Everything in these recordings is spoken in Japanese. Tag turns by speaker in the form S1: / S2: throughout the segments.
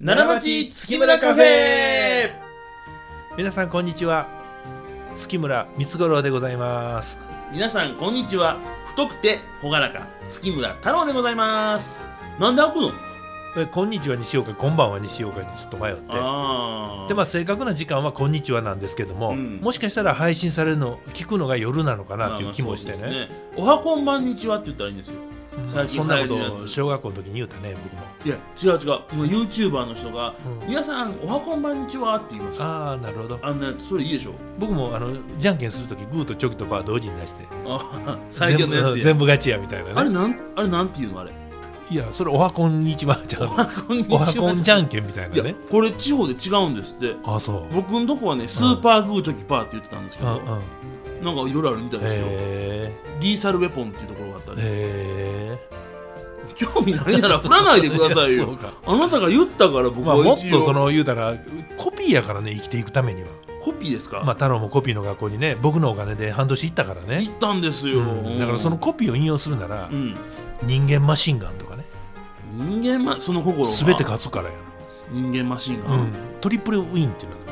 S1: 奈良町月村カフェ
S2: 皆さんこんにちは月村光五郎でございます
S1: 皆さんこんにちは太くて朗らか月村太郎でございますなんで開くの
S2: それこんにちはにしようかこんばんはにしようかにちょっと迷って
S1: あー
S2: でまあ正確な時間はこんにちはなんですけども、
S1: うん
S2: もしかしたら配信されるの聞くのが夜なのか
S1: まあ
S2: なという気もしてね,
S1: ま
S2: う
S1: あ
S2: ん、
S1: そうですおはこんばんにちはって言ったらいいんですよ最近
S2: そんなこ
S1: 流行りの
S2: と
S1: やつ
S2: 小学校の時に言うたね僕も、
S1: いや違う違う今 YouTuber の人が
S2: うん
S1: 皆さんおはこんばんにちはって言います
S2: ああなるほど
S1: あんなやつそれいいでしょ
S2: 僕もあのじゃんけんする時グーとチョキとバー同時に出して
S1: あー最強のやつ
S2: 全部
S1: や
S2: 全部勝ちやみたいなね
S1: あれなんあれなんていうのあれ
S2: いやそれおはこんにちはちゃう
S1: おはこんにち
S2: お
S1: は
S2: はこんじゃんけんみたい
S1: い
S2: な
S1: や
S2: ね
S1: これ地方で違うんですって
S2: あそう
S1: 僕のとこはねスーパーグーチョキパーって言ってたんですけ
S2: うん
S1: ど、
S2: うん
S1: なんかいろいろあるみたいですよ、
S2: へ
S1: リーサルウェポンっていうところがあった
S2: え
S1: り、
S2: へ
S1: 興味ないなら 振らないで
S2: え
S1: ください
S2: そ
S1: よ
S2: うか
S1: あなたが言ったから僕
S2: まあ、
S1: は
S2: もっ
S1: 一応
S2: とその言うたらコピーやからね生きていくためには、
S1: コピーですか、
S2: まあ、太郎もコピーの学校にね僕のお金で半年行ったからね
S1: 言ったんですよ、
S2: うんだからその、コピーを引用するなら、
S1: うん、
S2: 人間マシンガンとかね
S1: 人間まその心が
S2: 全て勝つからや
S1: 人間マシンガ
S2: な、
S1: ン、
S2: うんトリプルウィンっていうの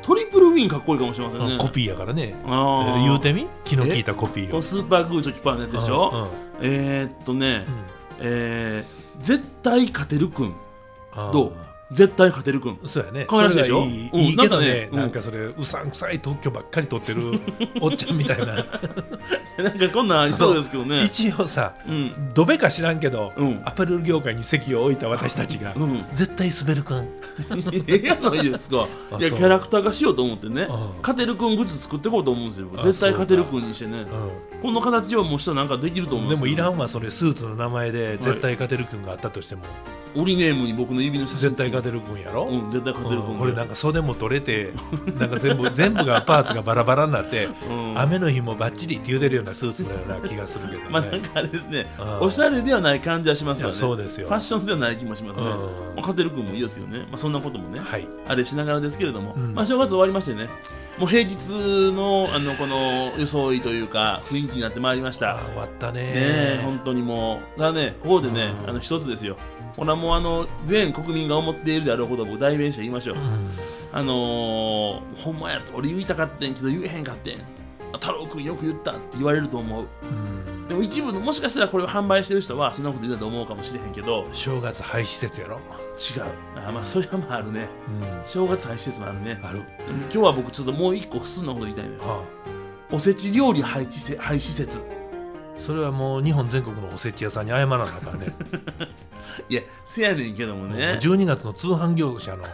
S1: トリプルウィンかっこいいかもしれません
S2: が、
S1: ね
S2: コピーやからね、え
S1: あ
S2: ー
S1: ー
S2: 言うてみ気の利いたコピー
S1: こ
S2: を
S1: のスーパーグーチョキパーのやつでし
S2: う
S1: ょ、
S2: んうん
S1: えー、っとね、
S2: うん
S1: えー、絶対勝てるくん
S2: あー
S1: どう絶対勝てるくん
S2: そうやね。
S1: 可愛らしいでしょ
S2: それがいい
S1: うん
S2: いいけどね
S1: なんかね、うん
S2: なんかそれ、うさんくさい特許ばっかり取っ てるおっちゃんみたいな。
S1: なんかこんなんありそうですけどね
S2: 一応さ、
S1: うん
S2: どべか知らんけど、
S1: うん
S2: アパレル業界に席を置いた私たちが、
S1: うん
S2: 絶対滑るくん。
S1: ええやないですか
S2: あ
S1: いやキ
S2: そう
S1: ャラクター化しようと思ってね
S2: うん
S1: 勝てるくんグッズ作っていこうと思うんですよ
S2: あ
S1: 絶対勝てるくんにしてね
S2: う
S1: この形をもうしたらなんかできると思うん
S2: ん、
S1: で
S2: ですも
S1: けど
S2: いらんわ、それスーツの名前で絶対勝てるくんがあったとしても、
S1: 折りネームに僕の指の写真
S2: 絶対勝
S1: て
S2: てるくんやろ。
S1: うん絶対勝てるく
S2: うんんこれなんか袖も取れて、なんか全部 全部がパーツがバラバラになって、
S1: うん
S2: 雨の日もバッチリって言うてるようなスーツのような気がするけどね。
S1: まあなんかあれですね
S2: うん
S1: おしゃれではない感じはしますよ
S2: い
S1: ね
S2: やそうですよ
S1: ファッション性はない気もしますね
S2: うん
S1: まあ勝てるくんもいいですよねまあそんなこともね
S2: はい。
S1: あれしながらですけれども
S2: うん
S1: まあ正月終わりましてねもう平日のあのこの装いというか雰囲気になってまいりまし
S2: あ
S1: た
S2: ー終わったね
S1: ねえ本当にもうだからねここでね、
S2: うん
S1: あの一つですよほらもうあの全国民が思っているであろうことを僕代弁して言いましょう、
S2: うん
S1: あのー、ほんまやと俺言いたかってんけど言えへんかってん太郎くんよく言ったって言われると思う
S2: うん
S1: でも一部のもしかしたらこれを販売してる人はそんなこと言ったと思うかもしれへんけど違う
S2: 正月廃施設やろ、
S1: あまあそれはまああるね
S2: うん、
S1: 正月廃施設もあるね
S2: ある
S1: でも今日は僕ちょっともう一個すんのこと言いたいのよ
S2: あ
S1: おせち料理廃棄せ廃止説
S2: それはもう日本全国のおせち屋さんに謝らなあかんね
S1: いやせやねんけども ね
S2: 12月の通販業 者の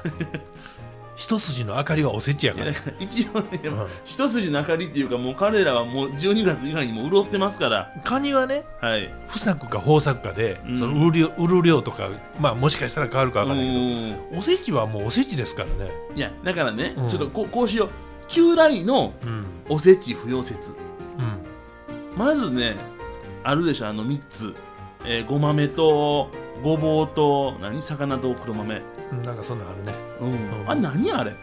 S2: 一筋の明かりはおせちや
S1: い
S2: か
S1: や
S2: ら
S1: だから一応ね、
S2: うん
S1: 一筋の明かりっていうかもう彼らはもう12月以外にも潤ってますから
S2: カニはね
S1: はい
S2: 不作か豊作かで、
S1: うん
S2: その売る量売る量とか、まあ、もしかしたら変わるか
S1: う
S2: 分からないけ
S1: ん
S2: どおせちはもうおせちですからね、
S1: いやだからね、
S2: うん
S1: ちょっとこうこうしよう旧来の
S2: うん
S1: おせち不要説
S2: うん、
S1: まずねあるでしょあの3つ、えー、ごまめとごぼうと何魚と黒豆
S2: うんなんかそんなんあるね
S1: うん、
S2: うん
S1: あ何あれ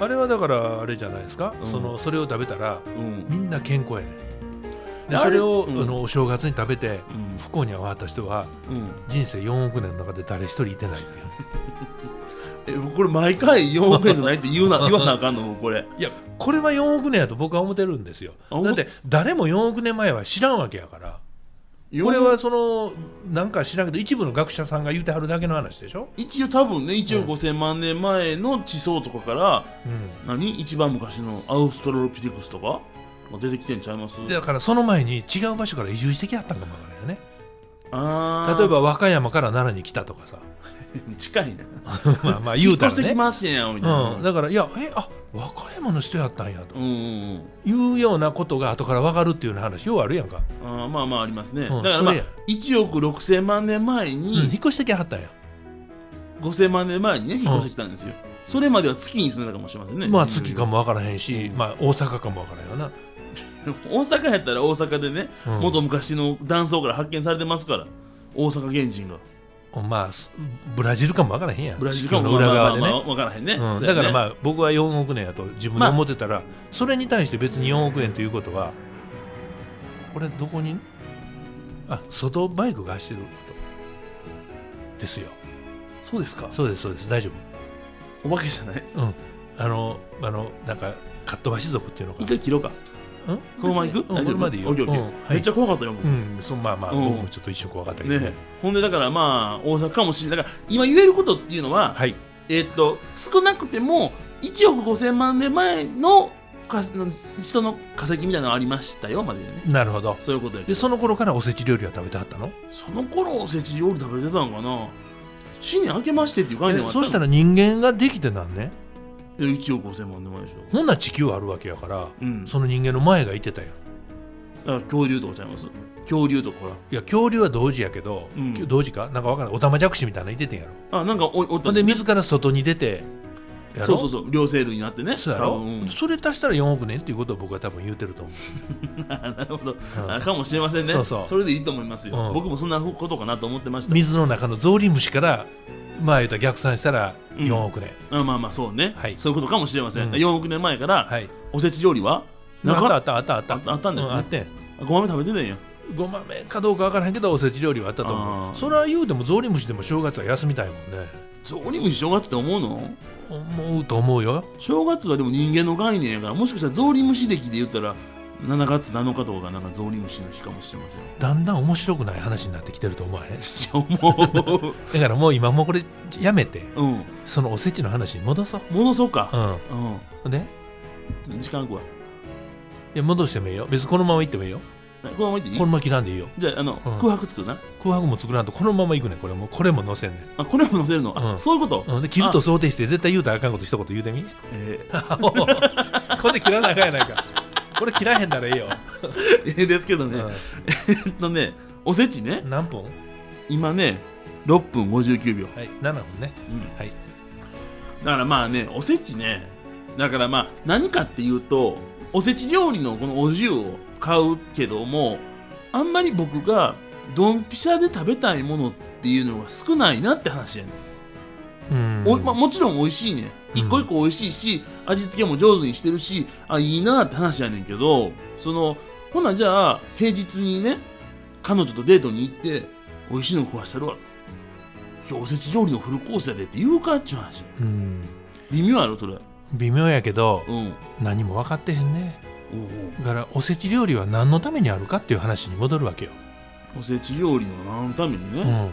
S2: あれはだからあれじゃないですか、
S1: うん
S2: そのそれを食べたら
S1: うん、
S2: みんな健康やねで
S1: あれ
S2: それを、
S1: うん
S2: あのお正月に食べて
S1: うん
S2: 不幸に遭われた人は
S1: うん、
S2: 人生4億年の中で誰一人いてないってい
S1: え
S2: う
S1: 僕これ毎回4億円じゃないって言う な言わなあかんの僕これ
S2: いやこれは4億年やと僕は思ってるんですよ
S1: あ思
S2: だ
S1: っ
S2: って誰も4億年前は知らんわけやからこれはそのなんか知らんけど一部の学者さんが言うてはるだけの話でしょ、
S1: 一応多分ね1
S2: うん
S1: 億5000万年前の地層とかから、
S2: う
S1: 何一番昔のアウストラロピテクスとかもう出てきてんちゃいます
S2: ん、だからその前に違う場所から移住してきはったんかもわからんよね
S1: あー
S2: 例えば和歌山から奈良に来たとかさ
S1: 近いな
S2: まあまあ言うた
S1: 引っ越
S2: ら
S1: してき
S2: ね
S1: ましてんやみたいな、
S2: うん、だからいやえあ和歌山の人やったんやと
S1: うんうんうん
S2: いうようなことが後から分かるっていうような話ようあるやんか、
S1: あーまあまあありますね、
S2: うん
S1: だからまあ
S2: それや
S1: 1億6000万年前
S2: うん引っ
S1: に、
S2: 越してきはったんや
S1: 5000万年前にね引っ越してきたんですよ、それまでは月に住んでたかもしれませんね
S2: まあ月かも分からへんし、
S1: うん
S2: まあ大阪かも分からへんよな、
S1: 大阪やったら大阪でね、
S2: うん
S1: 元昔の断層から発見されてますから大阪原人が
S2: まあすブラジルかも分からへんやん
S1: ブラジルか
S2: 地
S1: も
S2: 球の裏側で
S1: まあまあまあ
S2: ね
S1: わからへんね、
S2: うんだから
S1: あ
S2: まあ僕は4億年やと自分で思ってたら、それに対して別に4億円ということはこれどこにあ外バイクが走ってることですよ
S1: そうですか
S2: そうですそうです大丈
S1: お化けじゃない
S2: 夫うんあのあのなんかかっ飛ばし族っていうのか
S1: 一回切ろうか
S2: うん
S1: このまま行く
S2: う
S1: 大
S2: んこ
S1: 丈夫
S2: れまでいいよ
S1: オッケーオッケー
S2: うんはい
S1: めっちゃ怖かったよ僕
S2: うんそうまあまあ、
S1: うん
S2: 僕もちょっと一瞬怖かったけど
S1: ねほんでだからまあ大阪かもしれないだから今言えることっていうのは、
S2: はい
S1: えっと少なくても1億5000万年前のか人の化石みたいなのありましたよまでね
S2: なるほど
S1: そういうことやけ
S2: で
S1: ど
S2: その頃からおせち料理は食べてはったの
S1: その頃おせち料理食べてたんかな死に明けましてっていう概
S2: え
S1: 念はあった
S2: そうしたら人間ができて何年
S1: 1億5000万年前でしょ
S2: ほんなら地球あるわけやから
S1: うん
S2: その人間の前がいてたよ
S1: だから恐竜とかちゃいます恐竜とかほら
S2: いや恐竜は同時やけど、
S1: うん
S2: 同時かなんかわからないオタマジャクシみたいなのいててんやろ
S1: あなんかおお
S2: ほんで自ら外に出てやろ
S1: そうそうそう両生類になってね
S2: そうやろ、
S1: 多分うん
S2: それ足したら4億年っていうことを僕は多分言うてると思
S1: なるほど
S2: う、
S1: あかもしれませんね
S2: そうそう
S1: れでいいと思いますよ、
S2: うん
S1: 僕もそんなことかなと思ってまし
S2: うん
S1: た
S2: 水の中のゾウリムシからまあ言うたら逆算したら
S1: うん
S2: 4億年、
S1: あまあまあそうね、
S2: はい
S1: そういうことかもしれません、
S2: うん
S1: 4億年前から
S2: はい
S1: おせち料理はな
S2: あ
S1: か
S2: っ
S1: った
S2: あったあったあった
S1: あったあったんですね
S2: うあってん
S1: たごまめ食べてないよ
S2: ごまめかどうかわからへんけどおせち料理はあったと思
S1: あー
S2: うそれは言うてもゾウリムシでも正月は休みたいもんね
S1: ゾウリムシ正月って思うの
S2: 思うと思うよ
S1: 正月はでも人間の概念やからもしかしたらゾウリムシ歴で言ったら7月7日とかがなんかゾウリムシの日かもしれませんい
S2: だんだん面白くない話になってきてると思わへん
S1: や思う
S2: だからもう今もうこれやめて
S1: うん
S2: そのおせちの話に戻そう
S1: 戻そうか
S2: う
S1: うん
S2: んね
S1: 時間食わ
S2: いや戻してもいいよ別にこのまま行ってもいいよ
S1: このまま行っていい
S2: このまま切らんでいいよ
S1: じゃああの、
S2: うん
S1: 空白作るな
S2: 空白も作らんとこのまま行くねんこれもこれも載せんね
S1: あこれも載せるの、あ
S2: うん
S1: そういうこと、
S2: ん、うん、で切ると想定して絶対言うたらあかんこと一言言うてみ
S1: えー
S2: これで切らなあかんやないかこれ切らへんならいいよ、
S1: ええ ですけどね、
S2: う
S1: えっとねおせちね
S2: ん、何分
S1: 今ね6分59秒、
S2: はい7分ね
S1: うん
S2: はい
S1: だからまあねおせちねだからまあ何かっていうとおせち料理のこのお重を買うけどもあんまり僕がドンピシャで食べたいものっていうのが少ないなって話やね、
S2: う
S1: ん
S2: ん
S1: おいまあ、もちろん美味しいね
S2: うん
S1: 一個一個美味しいし、味付けも上手にしてるしあいいなって話やねんけどそのほなじゃあ平日にね彼女とデートに行って美味しいの食わしたるわ今日おせち料理のフルコースやでって言うかっちゅう話
S2: うん
S1: 微妙やろそれ
S2: 微妙やけど
S1: うんおう
S2: 何も分かってへんね
S1: お
S2: だからおせち料理は何のためにあるかっていう話に戻るわけよ、
S1: うおせち料理の何のために
S2: う
S1: ね、
S2: ん、
S1: 何の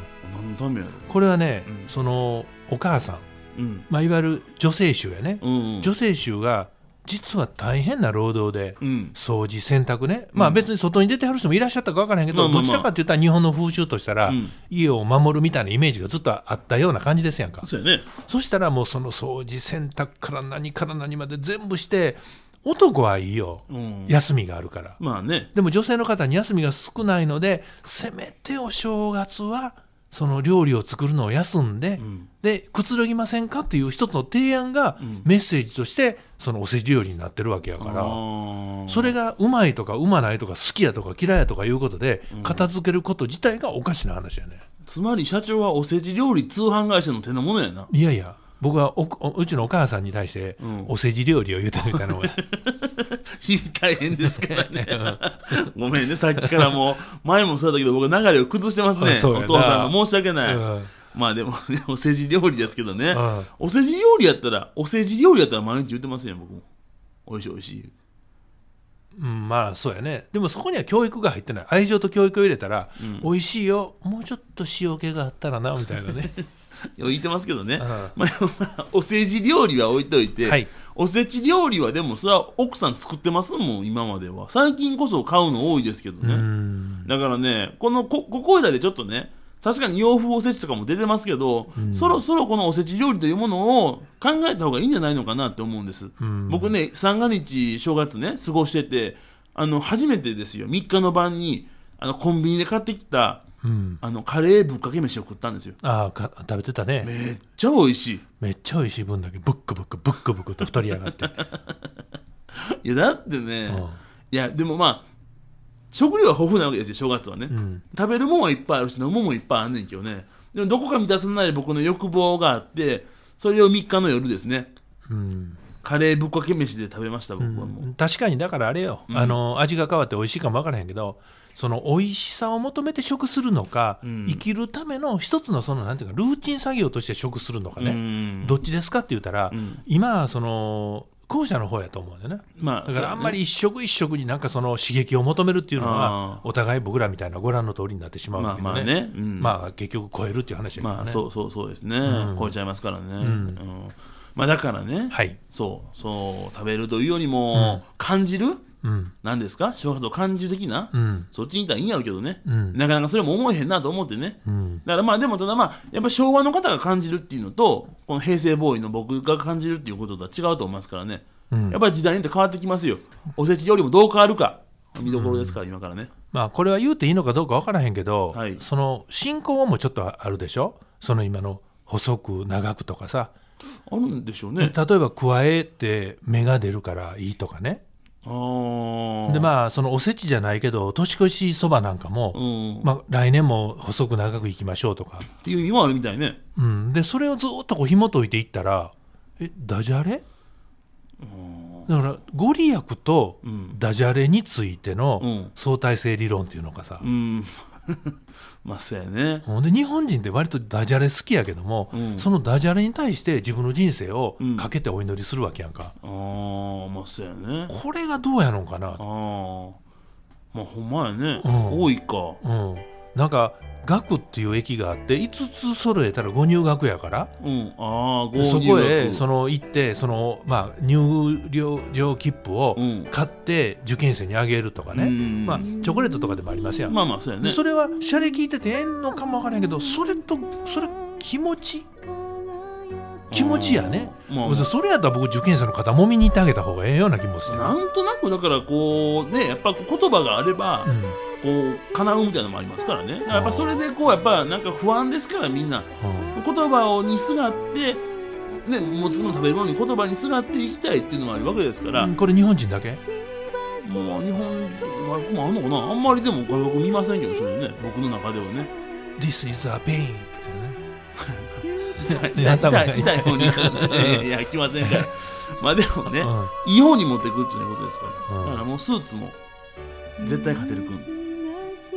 S1: ためやろ
S2: これはね、
S1: うん
S2: そのお母さん、
S1: うん
S2: まあ、いわゆる女性衆やね、
S1: うんうん
S2: 女性衆が実は大変な労働で
S1: うん
S2: 掃除洗濯ね、ま
S1: う
S2: あ
S1: ん
S2: 別に外に出てはる人もいらっしゃったか分からへんけど、
S1: まあまあまあ
S2: どちらかって言ったら日本の風習としたら、
S1: うん
S2: 家を守るみたいなイメージがずっとあったような感じですやんか
S1: そうやね
S2: そしたらもうその掃除洗濯から何から何まで全部して男はいいよ
S1: うん
S2: 休みがあるから
S1: まあね
S2: でも女性の方に休みが少ないのでせめてお正月はその料理を作るのを休んで、
S1: うん
S2: でくつろぎませんかっていう一つの提案が
S1: うん
S2: メッセージとしてそのおせち料理になってるわけやから、それ
S1: が
S2: がうまいとかうまないとか好きやとか嫌いやとかいうことで
S1: うん
S2: 片付けること自体がおかしな話やね、
S1: つまり社長はおせち料理通販会社の手のものやない
S2: やいや僕はおおうちのお母さんに対して
S1: うん
S2: おせち料理を言うてるみたいなもん や
S1: 日々 大変ですからねごめんねさっきから もう前もそうだけど僕流れを崩してますね
S2: あそうや
S1: お
S2: な
S1: 父さんの申し訳ない、
S2: うん
S1: まあでも ねお世辞料理ですけどね、
S2: うん
S1: お世辞料理やったらお世辞料理やったら毎日言ってますよ僕もおいしいおいしい
S2: うん、まあそうやねでもそこには教育が入ってない愛情と教育を入れたら、
S1: うん
S2: 美味しいよもうちょっと塩気があったらなみたい なね
S1: 言ってますけどね、
S2: ん
S1: まあまあお世辞料理は置いといて、
S2: はい
S1: おせち料理はでもそれは奥さん作ってますもん今までは最近こそ買うの多いですけど
S2: う
S1: ね、
S2: ん
S1: だからね、このこここいらでちょっとね、確かに洋風おせちとかも出てますけど、
S2: うん
S1: そろそろこのおせち料理というものを考えた方がいいんじゃないのかなって思うんです。
S2: うん
S1: 僕ね、三が日、正月ね、過ごしてて、あの初めてですよ、3日の晩にあのコンビニで買ってきた
S2: うん
S1: あのカレーぶっかけ飯を食ったんですよ。
S2: ああか食べてたね
S1: めっちゃ美味しい。
S2: めっちゃ美味しい分だけブックブックブックブックと太りや がって、
S1: いや、だってね、
S2: うん
S1: いや、でもまあ、食料は豊富なわけですよ、正月はね。
S2: うん
S1: 食べるもんはいっぱいあるし飲むもんもいっぱいあんねんけどねでもどこか満たさない僕の欲望があってそれを3日の夜ですね
S2: うん
S1: カレーぶっかけ飯で食べました僕はもう、
S2: 確かにだからあれよ、
S1: うん
S2: あの味が変わって美味しいかも分からへんけどその美味しさを求めて食するのか、
S1: うん
S2: 生きるための一つのそのなんていうかルーチン作業として食するのかね、
S1: ね
S2: どっちですかって言ったら、
S1: うん
S2: 今はその後者の方やと思うんだよね
S1: まあ
S2: だからあんま
S1: そう
S2: り一食一食になんかその刺激を求めるっていうの
S1: あー
S2: はお互い僕らみたいなご覧の通りになってしま
S1: だ
S2: う
S1: ねま
S2: わ
S1: あま
S2: け
S1: あ
S2: でね,、
S1: ね、うん
S2: まあ結局超えるっていう話やけどね、
S1: まあそうそうそうですね、
S2: うん
S1: 超えちゃいますからね、
S2: ん
S1: うんまあだからね、
S2: はい、
S1: そうそう食べるというよりも、感じる
S2: うん
S1: なんですか幸せを感じる的な、
S2: うん
S1: そっちにいたらいいんやろうけどね、
S2: うん
S1: なかなかそれも思えへんなと思ってね
S2: うん
S1: だからまあでもただまあやっぱ昭和の方が感じるっていうのとこの平成ボーイの僕が感じるっていうこととは違うと思いますからね、
S2: うん
S1: やっぱり時代によって変わってきますよおせちよりもどう変わるか見どころですから、今からね
S2: まあこれは言うていいのかどうか分からへんけど、
S1: はい
S2: その進行もちょっとあるでしょその今の細く長くとかさ
S1: あるんでしょう
S2: 例
S1: ね
S2: えば加えて芽が出るからいいとかね
S1: ああ
S2: でまあそのおせちじゃないけど年越しそばなんか
S1: あ
S2: も、
S1: うん
S2: まあ、来年も細く長くいきましょうとか、
S1: っていう意味もあるみたいね
S2: うん、でそれをずっとこう紐解いていったらえダジャレだからご利益と
S1: うん
S2: ダジャレについて
S1: う
S2: の
S1: ん
S2: 相対性理論っていうのかさ
S1: う、ん まあそうやね
S2: ほんで日本人って割とダジャレ好きやけども、
S1: うん
S2: そのダジャレに対して自分の人生をかけてお祈りするわけやんか、
S1: ああまあそうやね
S2: これがどうやのんかな
S1: あ、あまあほんまやね、
S2: うん
S1: 多いか
S2: うん、なんか学っていう駅があって5つ揃えたらご入学やから
S1: うんああ合
S2: そこへそ
S1: の
S2: の行ってその、まあ、入寮切符を
S1: うん
S2: 買って受験生にあげるとかね、
S1: うん
S2: まあ、チョコレートとかでもありますやん、
S1: まあまあそうや
S2: で
S1: ね
S2: それはシャレ聞いててええのかもわからへんけどそれとそれ気持ち気持ちやね、
S1: あーまあ
S2: ほんでそれやったら僕受験生の方もみに行ってあげた方がええような気もする。
S1: なんとなくだからこうねやっぱ言葉があれば
S2: うん
S1: こう叶うみたいなのもありますからねやっぱそれでこうやっぱなんか不安ですからみんな
S2: うん
S1: 言葉をにすがってね持つもの食べるものに言葉にすがっていきたいっていうのもあるわけですから、
S2: これ日本人だけ
S1: まあ日本外国もあるのかなあんまりでも外国見ませんけどそれね僕の中ではね
S2: ?This is a pain
S1: 痛い
S2: いや
S1: 痛
S2: 頭が
S1: い痛い方にいやいや来ませんからまあでもね、
S2: うん
S1: いい方に持っていくっていうことですから、
S2: うん
S1: だからもうスーツも絶対勝てるくん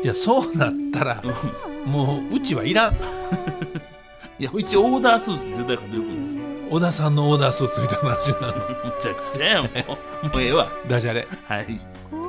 S2: いやそうなったらもううちはいらん
S1: いや一応オーダースーツ絶対勝てるくんですよ
S2: 小田さんのオーダースーツみたいな話なの
S1: むちゃくちゃやんもうもうええわ
S2: ダジャレ
S1: はい
S3: 声